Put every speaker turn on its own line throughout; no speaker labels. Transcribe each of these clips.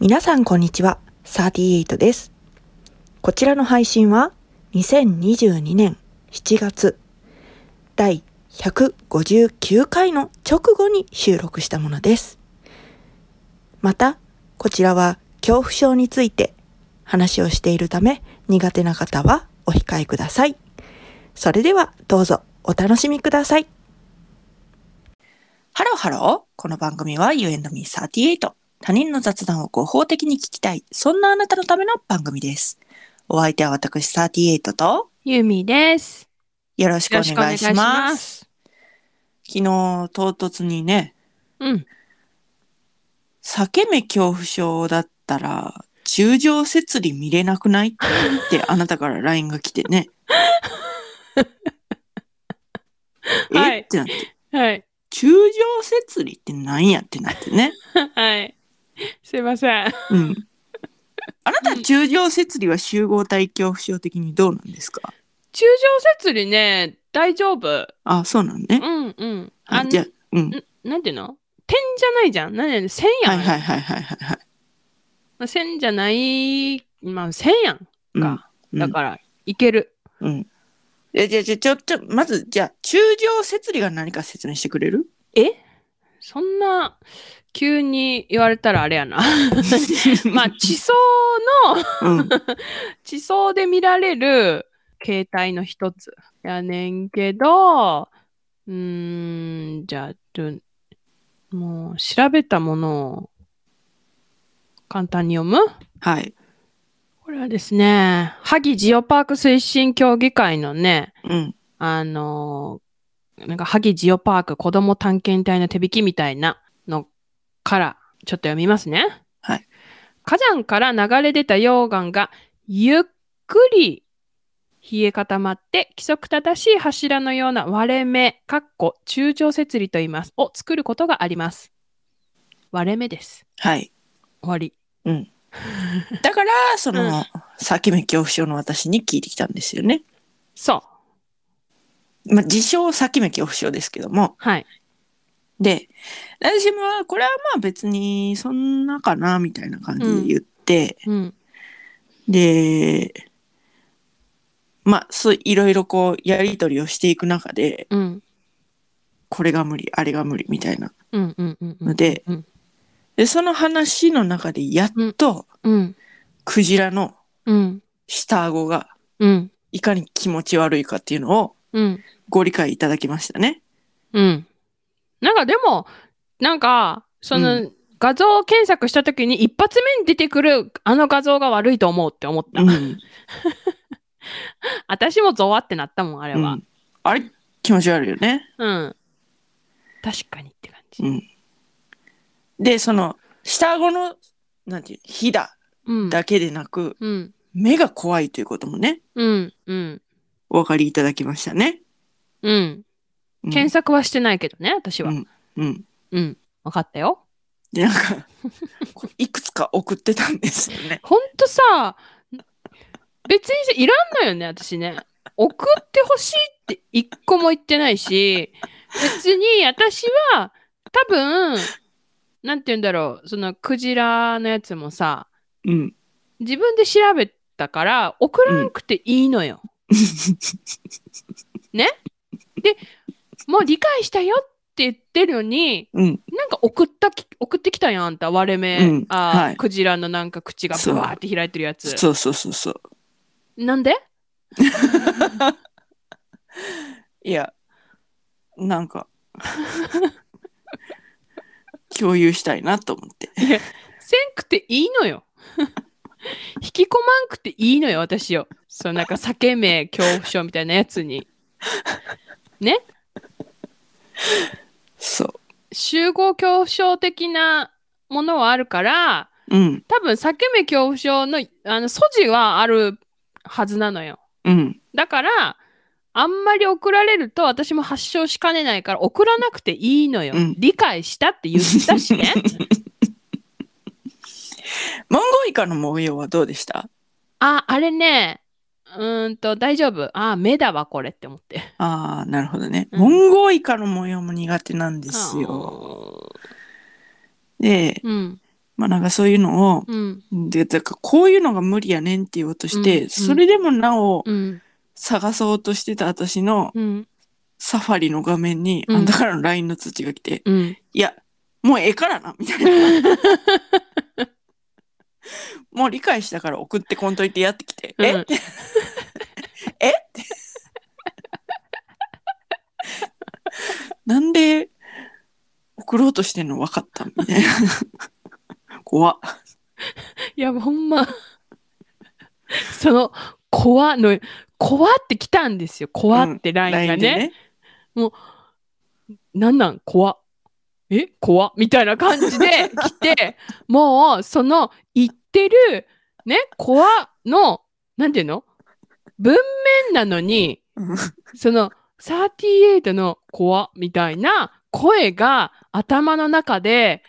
皆さんこんにちは、38です。こちらの配信は2022年7月第159回の直後に収録したものです。また、こちらは恐怖症について話をしているため苦手な方はお控えください。それではどうぞお楽しみください。ハローハロー。この番組は You and Me38。他人の雑談を合法的に聞きたい。そんなあなたのための番組です。お相手は私38と
ユミです。
よろしくお願いします。昨日唐突にね、
うん。
裂け目恐怖症だったら中上節理見れなくないってあなたから LINE が来てね。え、 はい、ってなって。
はい。
中上節理ってなんやってなってね。
はい。すいません。
うん。あなた中上節理は集合体恐怖症的にどうなんですか
中上節理ね、大丈夫。
あ、そうなんね。
うんうん。
あじゃうん。
なんていうの点じゃないじゃん。なんで線やん。
はいはいはいはいはい。
まあ、線じゃない、まあ線やんか。うん、だから、いける。
うん。え、じゃあ、じゃちょ、ちょ、まず、じゃあ、中上節理が何か説明してくれ る
えそんな、急に言われたらあれやな。 まあ、地層のうん、地層で見られる形態の一つやねんけど、うん、じゃあ、もう、調べたものを、簡単に読む
はい。
これはですね、萩ジオパーク推進協議会のね、
うん、
あの、なんか萩ジオパーク子ども探検隊の手引きみたいなのからちょっと読みますね。
はい。
火山から流れ出た溶岩がゆっくり冷え固まって規則正しい柱のような割れ目、かっこ中長節理と言います。を作ることがあります。割れ目です。
はい。
終わり。
うん。だから、その、さっきも恐怖症の私に聞いてきたんですよね。。
そう
まあ、自称さっきも恐怖症ですけども。
はい。
で、私も、これはまあ別に、そんなかな、みたいな感じで言って、
うんうん、
で、まあ、そう、いろいろこう、やり取りをしていく中で、
うん、
これが無理、あれが無理、みたいな。
の
で、で、その話の中でやっと、
うん、
クジラの下顎が、いかに気持ち悪いかっていうのを、ご理解いただきましたね。
うん。なんかでも、なんか、その、うん、画像検索した時に一発目に出てくるあの画像が悪いと思うって思った。うん、私もゾワってなったもん、あれは。
あれ気持ち悪いよね。
うん。確かにって感じ。
うんでその下顎のなんていうひだだけでなく、
うん、
目が怖いということもね、
うんうん、
お分かりいただきましたね。、
うん、うん、検索はしてないけどね私は。うん
うん、
うん、分かったよ。
でなんか いくつか送ってたんですよね。
ほんとさ別にいらんのよね私ね。送ってほしいって一個も言ってないし別に私は多分なんて言うんだろう、そのクジラのやつもさ、
うん、
自分で調べたから、送らなくていいのよ。うん、ねで、もう理解したよって言ってるのに、
うん、
なんか送った送ってきたやん、あんた、割れ目、うん、あ、はい、クジラのなんか口がブワーって開いてるやつ。
そうそうそうそう。
なんで
いや、なん か。共有したいなと思って。
せんくていいのよ。 引きこまんくていいのよ、私を。そう、なんか、避け目恐怖症みたいなやつに。ね
そう。
集合恐怖症的なものはあるから、
うん、
多分、避け目恐怖症のあの素地はあるはずなのよ。
うん、
だから、あんまり送られると私も発症しかねないから送らなくていいのよ。うん、理解したって言ったし ね。
モンゴイカの模様はどうでした
あ、あれね。うんと、大丈夫。あ、目だわ、これって思って。
ああ、なるほどね。うん、モンゴイカの模様も苦手なんですよ。で、
うん、
まあなんかそういうのを、
うん。
で、だからこういうのが無理やねんって言おうとして、
うんうん
それでもなお
うん。
探そうとしてた私の
うん。
サファリの画面に、
うん
あんたからの LINE の通知が来て、
うん。
いや、もうええからな、みたいな。 もう理解したから送ってこんといてやってきて、え
うん
なんで送ろうとしてんの分かったみたいな。怖っ
いや、ほんま。 その、怖の、怖って来たんですよ。怖ってライン
LINE
が
で
ね。
ね。
なんなん怖え怖みたいな感じで来 て、もうその言ってる、ね、怖の、なんていうの文面なのに、
うん
その38の怖みたいな声が頭の中で、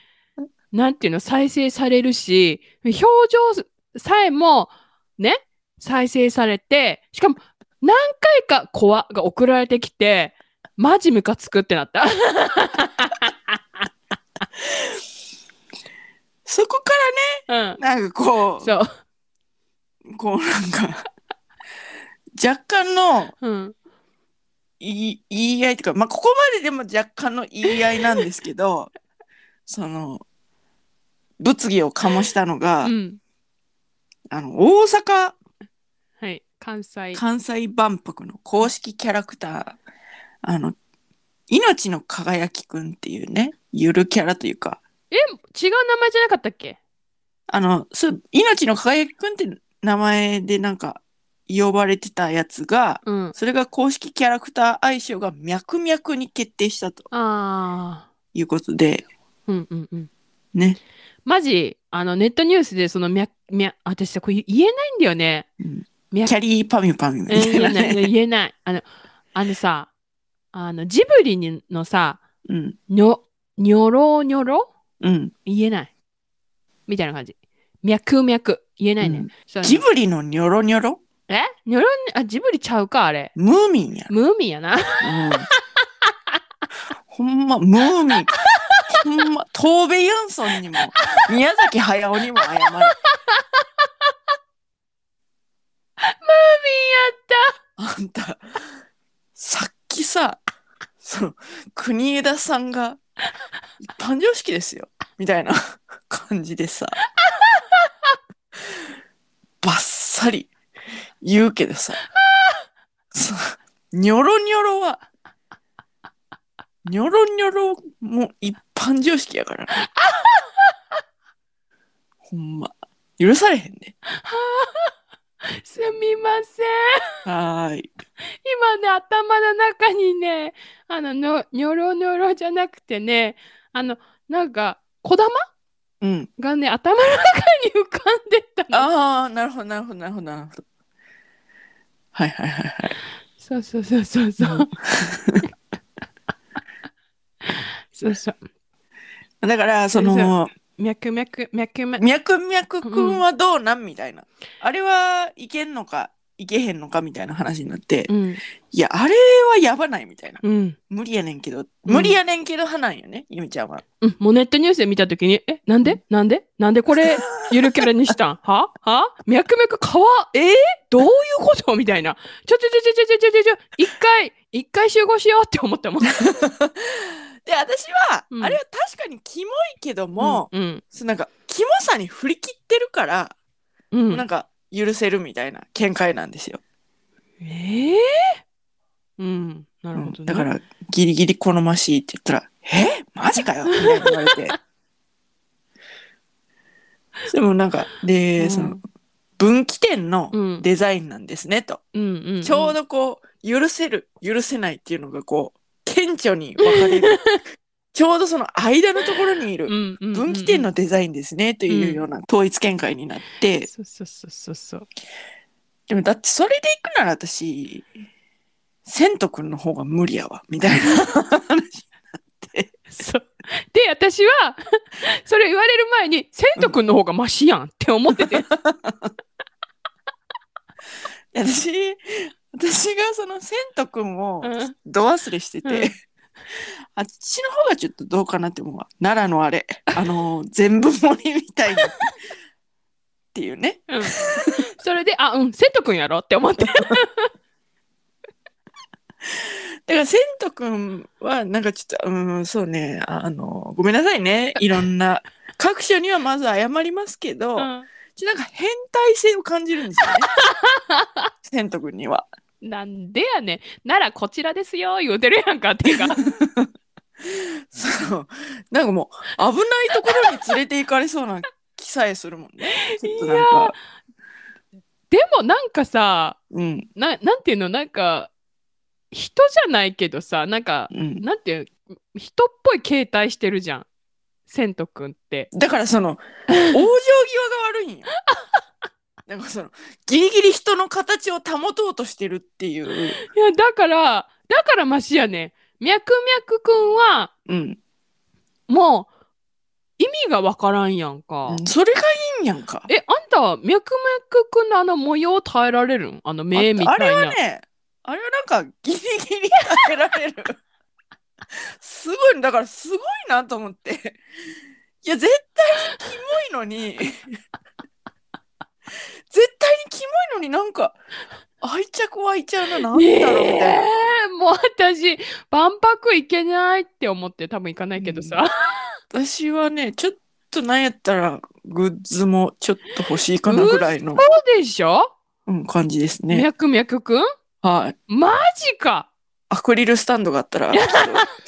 なんていうの再生されるし、表情さえもね、再生されて、しかも何回か怖が送られてきて、マジムカつくってなった。
そこか
う
ら
ん。
なんかこ
そう。
う、こうなんか、若干の
うん。
言い言い合いとか、まあ、ここまででも若干の言い合いなんですけ ど、その、物議を醸したのが、
うん。
あの、大阪
はい。関西。
関西万博の公式キャラクター、あの、命の輝きくんっていうね、ゆるキャラというか、
違う名前じゃなかったっけ
あの、そう、命の輝きくんって名前でなんか呼ばれてたやつが、
うん。
それが公式キャラクター愛称が脈々に決定したと
ああ。
いうことで、
うんうんうん。
ね。
マジ、あの、ネットニュースで、その、みゃ、みゃ、私さ、これ言えないんだよね。
うんキ
脈
ャリーパミュパミュみ
う
た
ん
い
言え
な
ない。
ね。
言えない。あの、あのさ、あの、ジブリにのさ、
うん。
にょ、にょろにょろ
うん。
言えない。みたいな感じ。脈脈。言えないね。
うん
そう
ジブリのニョロニョロ
えにょろにあ、ジブリちゃうか、あれ。
ムーミンやろ
ムーミンやな。
う んほんま、ムーミン。ほんま、東部ユンソンにも、宮崎駿にも謝る。あんた、さっきさ、その、国枝さんが、一般常識ですよ。みたいな感じでさ、ばっさり言うけどさ、そのニョロニョロは、ニョロニョロも一般常識やから な。ほんま。許されへんね。
すみません。
はーい。
今ね、頭の中にね、あの、の、ニョロニョロじゃなくてね、あの、なんか、小玉
うん。
がね、頭の中に浮かんでったの。
ああ、なるほど、なるほど、なるほど、なるほど。はいはいはいはい。
そうそうそう そうそう。そうそう。
だから、そ
先
の、
脈々、脈々。
脈々くんはどうなんみたいな。あれはいけんのか、いけへんのかみたいな話になって、
うん、
いや、あれはやばないみたいな。
うん。
無理やねんけど、無理やねんけど派なんよね、ゆみちゃんは。
うん、もうネットニュースで見たときに、え、なんでなんでなんでこれ、ゆるキャラにした んはは脈々川えー、どういうことみたいな。ちょちょちょちょちょちょちょちょ、一回、一回集合しようって思ったもん。
で私は、
うん
あれは確かにキモいけども、
うん、
そうなんかキモさに振り切ってるから、
うん。うん
なんか許せるみたいな見解なんですよ、
ええうん、なるほど、
うん
ね
だからギリギリ好ましいって言ったら「えマジかよ」みたいに言われて でもなんかで、
うん
その分岐点の
うん
デザインなんですねと、
うんうんうん、
ちょうどこう許せる許せないっていうのがこう顕著に分かれ るちょうどその間のところにいる
うんうんうん
分岐点のデザインですねというような統一見解になって、
そうそうそうそうそう。
でもだってそれで行くなら私千斗くんの方が無理やわみたい な
そうで私は それ言われる前に千斗くんの方がマシやんって思ってて。
私私がその千斗くんを
うん
ど忘れしてて、あっちの方がちょっとどうかなって思うわ。奈良のあれ、あのー全部盛りみたいな。っていうね。
うん、それで、あ、うん、瀬戸くんやろって思って。
だから、せんとくんは、なんかちょっと、うん、そうね、あのーごめんなさいね。いろんな、各所にはまず謝りますけど、
う
ちょっとなんか変態性を感じるんですよね。せんとくんには。
ん、なんでやねん。ならこちらですよ、言うてるやんかっていうか。
そう。なんかもう、危ないところに連れて行かれそうな気さえするもんね。ちょっとなんか、
でもなんかさ、
うん、
ななんていうの、なんか、人じゃないけどさ、なんか、
うん。
なんていうの人っぽい形態してるじゃん。せんとくんって。
だからその、往生際が悪いんよ。なんかその、ギリギリ人の形を保とうとしてるっていう。
いや、だから、だからマシやねん。脈々くんは、
うん。
もう、意味がわからんやんか。
それがいいんやんか。
え、あんた、脈々くんのあの模様耐えられるんあの目みたいな。
あれはね、あれはなんかギリギリ耐えられる。 すごい、だからすごいなと思って。いや、絶対にキモいのに、 絶対にキモいのになんか、愛着湧いちゃうな、なん
え
だろうみたいな。
えもう私、万博行けないって思って多分行かないけどさ。
私はね、ちょっとなんやったら、グッズもちょっと欲しいかなぐらいの、
そうでしょ
うん、感じですね。
脈々くん
はい。
マジか
アクリルスタンドがあったら、ちょ っと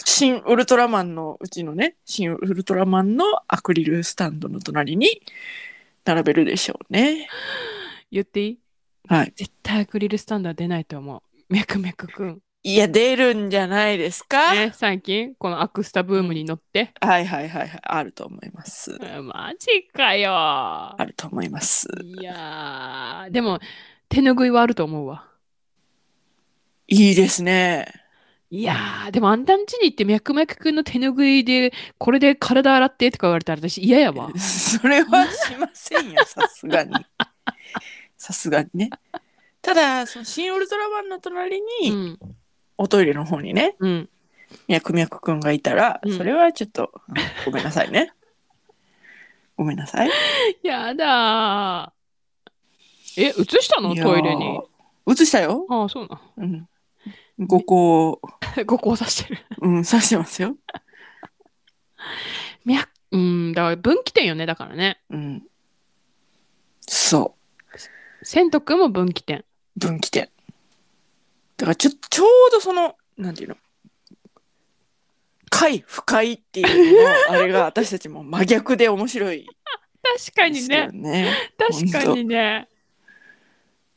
新ウルトラマンの、うちのね、新ウルトラマンのアクリルスタンドの隣に並べるでしょうね。
言っていい
はい。
絶対アクリルスタンドは出ないと思う。脈々くん。
いや、出るんじゃないですか、
ね、 最近、このアクスタブームに乗って。
はいはいはいはい。あると思います。
マジかよ。
あると思います。
いやー、でも、手拭いはあると思うわ。
いいですね。。
いやー、でもあんたんちに行って脈々くんの手拭いで、これで体洗ってとか言われたら私嫌やわ
それはしませ んよ、さすがに。さすがにね。ただ、その新ウルトラマンの隣
う
に、
ん。
おトイレの方にね、
うん。
脈々くんがいたら、
うん
それはちょっと、あのごめんなさい ね。ごめんなさい。
やだー。え、移したの
いやー
トイレに。。
映したよ。
ああ、そうな
うん。ごこ
の。ご交差してる。
う、うん、刺してますよ。
脈、うん、だから分岐点よね、だからね。
うん。そ
せんとくんも分岐点。
う、分岐点。だからちょ、ちょうどその、なんていうの。快、不快っていうのの、あ れが私たちも真逆で面白い
確か
で
に
すよ
ね。
ね。
確かにね。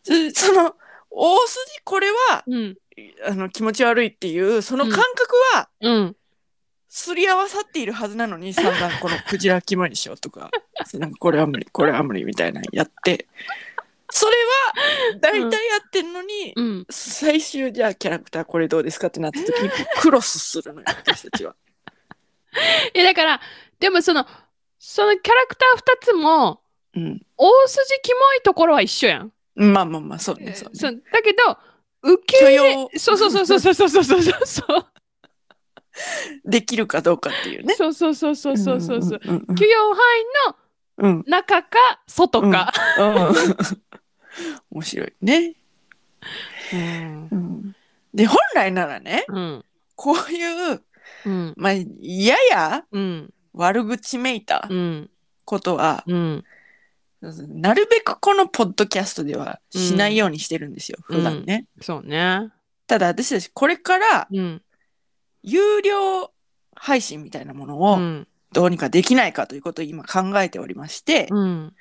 そその、大筋これは、
うん。
あの、気持ち悪いっていう、その感覚は、
うん。
すり合わさっているはずなのに散々このクジラキモいでしょとか なんかこれは無理これは無理みたいなのやってそれは大体やってんのに、
うん。
最終じゃあキャラクターこれどうですかってなった時にクロスするのよ私たちは。
いや、だから、でもその、そのキャラクター2つも、
うん、
大筋キモいところは一緒やん。
まあまあまあそうねそうね。
そうだけど、受け
許
入
容
れ、そうそうそうそうそうそうそうそうそう。
できるかどうかっていうね。
そうそうそうそうそうそうそう。
うんうん
許容範囲
う
の
ん
中か外か。
うんうん面白いね。
うん。
うんで本来ならね
うん。
こういう
うん。
まあやや
うん。
悪口めいた
うん。
ことは
うん。
なるべくこのポッドキャストではしないようにしてるんですよ、
うん
普段ね。
そうね。
ただ私たちこれから
うん。
有料配信みたいなもの
う
を
ん。
どうにかできないかということを今考えておりまして、
うん。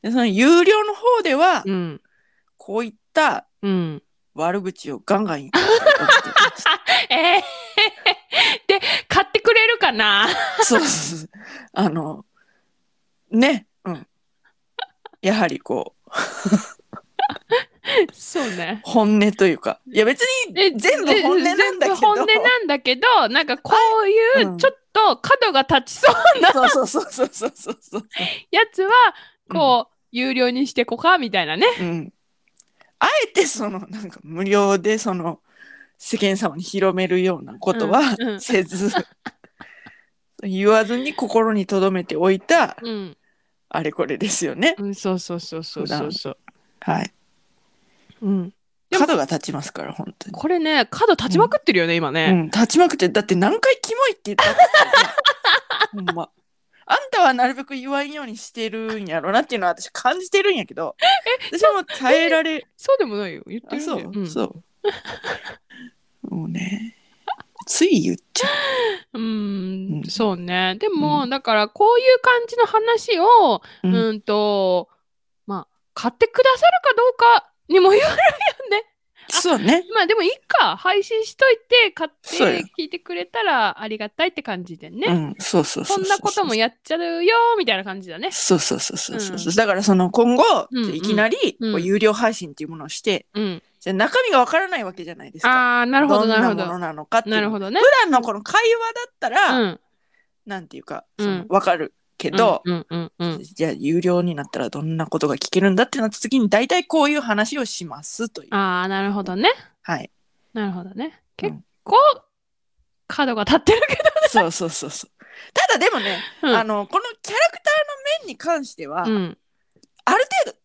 でその有料の方では
うん。
こういった
うん。
悪口をガンガン言っていこうと思っており ます。
ええで、買ってくれるかな
そうそうそう。あの、ね、うん。やはりこう、
そうね。
本音というか、いや別に
え
全部本音なんだけど
全部本音なんだけど、なんかこうい
うん
うちょっと角が立ちそ う
そうそうそうそうそうそう。
やつは、こう、有料にしてこか、みたいなね。
うん、あえてそのなんか無料でその世間様に広めるようなことは
うんうん
せず、 言わずに心に留めておいた
うん。
あれこれですよね。
うん、そうそうそうそうそうそう。
はい。
うん。
でも
角が立ちますから、本当に。
これね、角立ちまくってるよね、今
う
ね。
ん、立ちまくって、だって何回キモいって言 ったって、ほんま。あんたはなるべく言わんようにしてるんやろなっていうのは私感じてるんやけ ど、私はもう耐えられ、
そうでもないよ。言って
あ、
るん
そ
だよ。
う、そう。 もうね、つい言っちゃ
うん。
う
うんん、そうね。でも、
う
だから、こういう感じの話を、
う
うんん、と、まあ、買ってくださるかどうかにもよるよね。
う。そうね。
まあ、でもいいか。配信しといて、買っ
そうや
て聞いてくれたらありがたいって感じでね。
うん、そうそうそう
そ
うん
なこともやっちゃうよ、みたいな感じだね。
そうそうそうそうそうそう、
うん
だからその今後、
うんうん
いきなりこ
うん
う有料配信っていうものをして、
うん。
じゃあ中身がわからないわけじゃないですか。
ああ、なるほど、なるほ
んなもの
ど。
なのかっていう
なる
普
ほどね。
段のこの会話だったら、
うん。
なんていうか
う
そ
ん
のわかるけど、
うんうんうんうん。
じゃあ有料になったらどんなことが聞けるんだってなった時に大体こういう話をしますという。
ああ、なるほどね。
はい。
なるほどね。
うん
結構、角が立ってるけど。
そうそうそうそう。ただでもね、
うん
あのこのキャラクターの面に関しては、
うん。
ある程度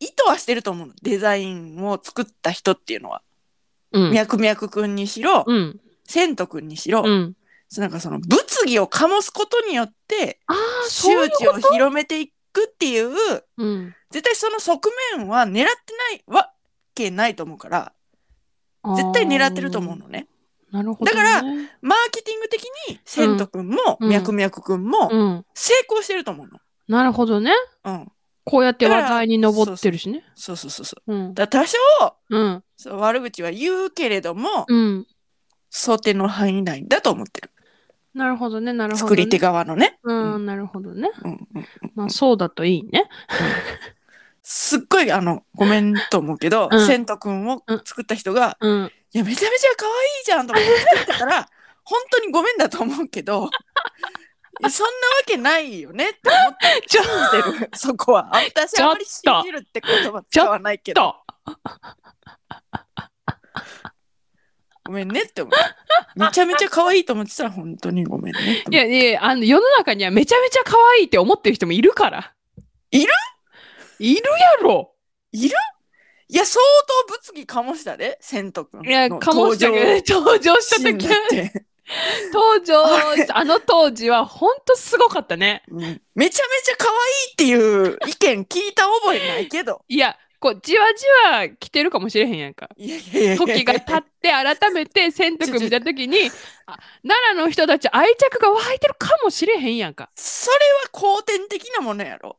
意図はしてると思うのデザインを作った人っていうのは。
うん。
ミャクミャクくんにしろ、
うん。
セントくんにしろ、
うん。
なんかその物議を醸すことによって
ああ、
周
そういう
知を広めていくっていう
うん。
絶対その側面は狙ってないわけないと思うから絶対狙ってると思うのね。
あー。なるほど、ね。
だから、マーケティング的にセントくんも
うん
ミャクミャクくんも
うん。
成功してると思うの。
なるほどね。
うん、
こうやって話題に上ってるしね。
そうそうそうそう。
うん。
だから多少
うん。
そう悪口は言うけれども、
うん。
想定の範囲内だと思ってる。
なるほどね、なるほど、ね。
作り手側のね。
うん、なるほどね。
うんうん
まあ、そうだといいね。
すっごいあのごめんと思うけど、
うん
セントくんを作った人が、
うん。
いやめちゃめちゃ可愛いじゃんと思って作ってたら 本当にごめんだと思うけど いやそんなわけないよねって思って
ちょ
信じてるそこはあ私
ちょっと
あんまり信じるって言葉使わないけど
と。
ごめんねって思うめちゃめちゃ可愛いと思ってたら本当にごめんねって
い
思う
やいや、あの、世の中にはめちゃめちゃ可愛いって思ってる人もいるから。
いる
いるやろ
いや相当物議かもしたでセント君
いや、かもしれない。登場した時、
て、
登場、あの当時はほんとすごかったね。
うんめちゃめちゃ可愛いっていう意見聞いた覚えないけど
いや、こう、じわじわ来てるかもしれへんやんか。
いやいやいやいや
時が経って改 めて千徳見た時にあ奈良の人たち愛着が湧いてるかもしれへんやんか
それは後天的なものやろ。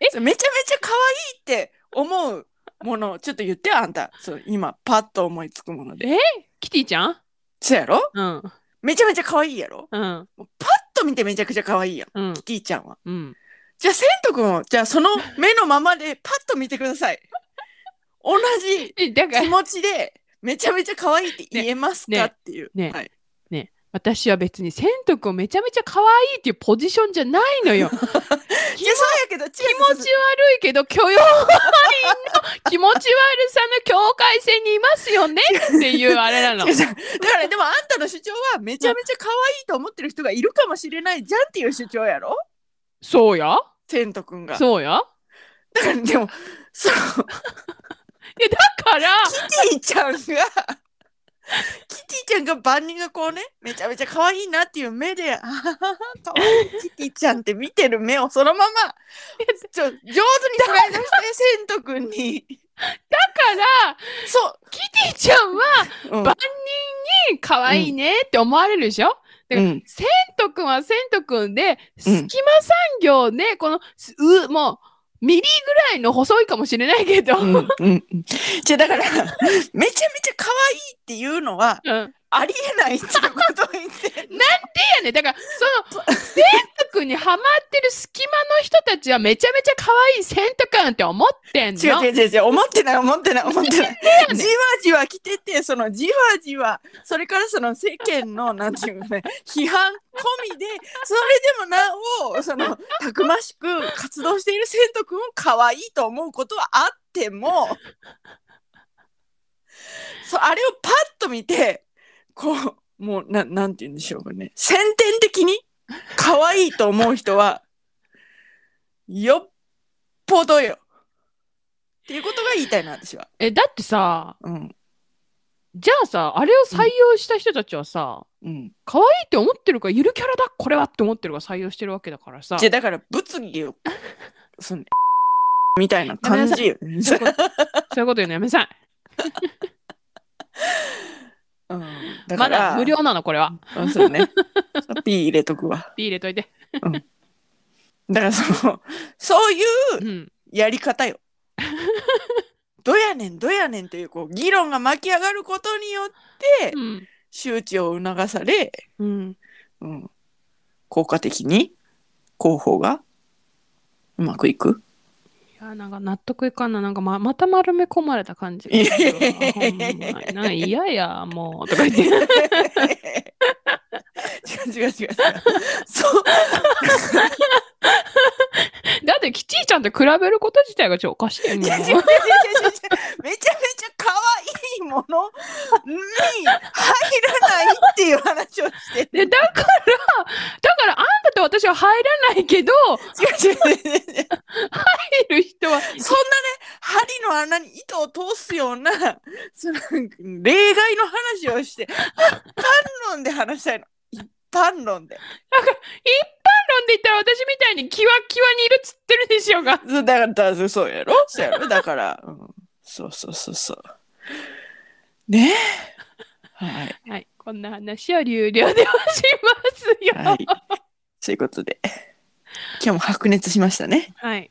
え
それめちゃめちゃ可愛いって思うものをちょっと言ってよあんた。そう今パッと思いつくもので。
えキティちゃん
そうやろ
うん
めちゃめちゃ可愛いやろ
うん
もうパッと見てめちゃくちゃ可愛いやん。
うん
キティちゃんは。
うん
じゃあセント君をじゃあその目のままでパッと見てください。同じ
えだか
気
ら
持ちでめちゃめちゃ可愛いって言えます
ね
か
ね
っていう。
ね
はい
私は別に千徳をめちゃめちゃ可愛いっていうポジションじゃないの よ
いやそうやけど気
気持ち悪いけど許容範囲の気持ち悪さの境界線にいますよ ねっていうあれな の
違う違うだからでもあんたの主張はめちゃめちゃ可愛いと思ってる人がいるかもしれないじゃんっていう主張やろ
そうや
テント君が。だ
そうや
からでもその
いやだから
キティちゃんがキティちゃんが万人がこうねめちゃめちゃ可愛いなっていう目で「あははは可愛いキティちゃん」って見てる目をそのままちょ上手にスライドしてセント君に
だから
そ
キティちゃんは
う、うん
ば可愛いねって思われるでしょ、だから
うん
セントくんはセントくんで、
うん
隙間産業ね、この、すう、もう、ミリぐらいの細いかもしれないけど、
う
うんん、
うんうん じゃあだからめちゃめちゃ可愛いっていうのは
なんで
ありえないっていうことを言ってんの
やねんだから、その、セントくんにハマってる隙間の人たちはめちゃめちゃ可愛いセントくんって思ってんの。
違う違う違う違う思ってない思ってない思ってないじわじわ来ててそのじわじわそれからその世間のなんていうのね批判込みでそれでもなおそのたくましく活動している生徒くんを可愛いと思うことはあってもそうあれをパッと見てこうもうななんて言うんでしょうかね先天的に可愛いと思う人はよっぽどよっていうことが言いたいな私は。
え、だってさ、
うん
じゃあさ、あれを採用した人たちはさ、
うん、
可愛いって思ってるから、ゆるキャラだ、これはって思ってるから採用してるわけだからさ。
じゃあだから物議をその みたいな感じよ。
そういうことそういうこと言うのやめなさい。
うん、だ
ま
から
だ無料なの、これは。
あそうね。ピー入れとくわ。
ピー入れといて。
だからその、そういう
うん。
やり方 よ。どやねんどやねんというこう議論が巻き上がることによって
うん。
周知を促され、
うん。
うん、効果的に広報がうまくいく。
いや、なんか納得いかんな。なんかままた丸め込まれた感じ。
いやいやいや
ほんまになんか嫌や、もう。とか言って。
違う違う違う違う。そう
だって、キチーちゃんと比べること自体がちょっとおかしいよ
いや違う違う違う違う違
ね。
うめちゃめちゃ可愛いものに入らないっていう話をして
で、だから、だから、あんたと私は入らないけど、
違う違う違う違う
入る人は
そんなね針の穴に糸を通すようなその例外の話をして一般論で話したいの一般論で
論で言ったら私みたいにキワキワにいるっつってるでしょうが。
そうだからだそうやろそうやろだから、うん、そうそうそうそうねえはい
はい、こんな話を流量ではしますよ。は
はいい、そういうことで今日も白熱しましたねはい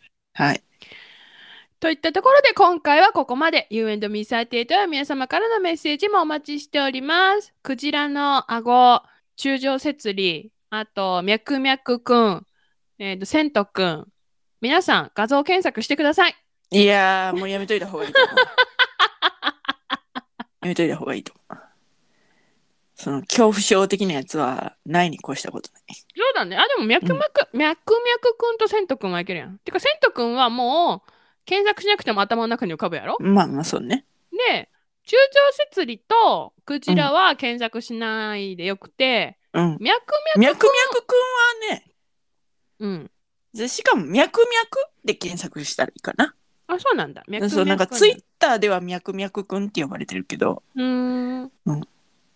といったところで今回はここまで U&Me38 は皆様からのメッセージもお待ちしております。クジラの顎、中上節理、あと、脈々くん、えっ、と、セントくん、皆さん画像検索してください。
いやー、もうやめといた方がいいと思 う。やめといた方がいいと思う。その恐怖症的なやつはないに越したことない。
そうだね。あ、でも、脈々、脈々くんとセントくんはいけるやん。てか、セントくんはもう、検索しなくても頭の中に浮かぶやろ
まあまあそうね。
で、中腸節理とクジラは検索しないでよくて、
うん。
脈々、
脈々くんはね
うん。
で、しかも脈々で検索したらいいかな。
あ、そうなんだ。脈々
そう、なんかツイッターでは脈々くんって呼ばれてるけど、
うーん。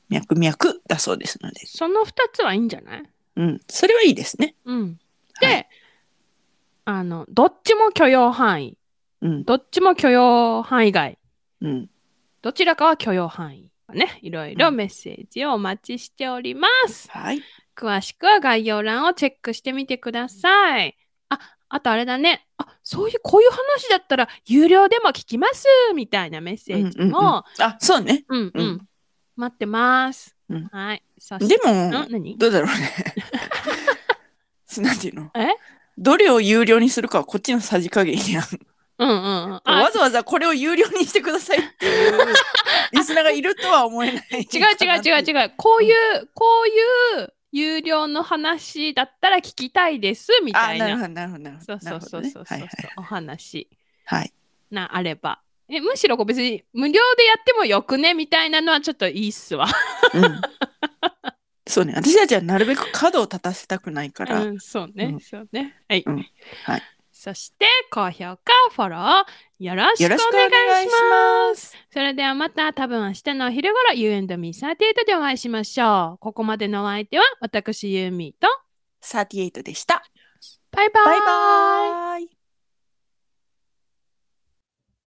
脈々だそうですので。
その2つはいいんじゃない
うん。それはいいですね。
うん。で、
はい
あの、どっちも許容範囲。
うん。
どっちも許容範囲外。
うん。
どちらかは許容範囲。ね、いろいろ
うん
メッセージをお待ちしております。
はい。
詳しくは概要欄をチェックしてみてください。あ、あとあれだね。あ、そういう、こういう話だったら、有料でも聞きますみたいなメッセージも、
あ、そうね。
うんうん、
うんうん
待ってます。
うん
はい。そし
で
て、
も、
ん何
どうだろう ね。なんていうの
え
どれを有料にするかはこっちのさじ加減やん。
うんうんうん。あ
わ、ざわざこれを有料にしてくださいっていうリスナーがいるとは思えない。
違う違う違
う。
う違う。こういう、こういう有料の話だったら聞きたいですみ
あ、
たい
なるほ
な。
ど、なるほど、なるほ
そ
ど。
うそうそうそうそう、
なるほどね
お話
はいはい。
なあれば。えむしろこう別に無料でやってもよくねみたいなのはちょっといいっすわ。
はいうん。 そうね。私たちはなるべく角を立たせたくないから。
うん、そうね、
うん
そうね。はい。
うんはい
そして、高評価、フォロー、よろしくお
よろ
願い
しくお
し
願
ま
いし
す。
ます。
それではまた、多分明日のお昼頃、You and Me38 でお会いしましょう。ここまでのお相手は、私、ユーミーと、
38でした。
バイバー
バイバーイ。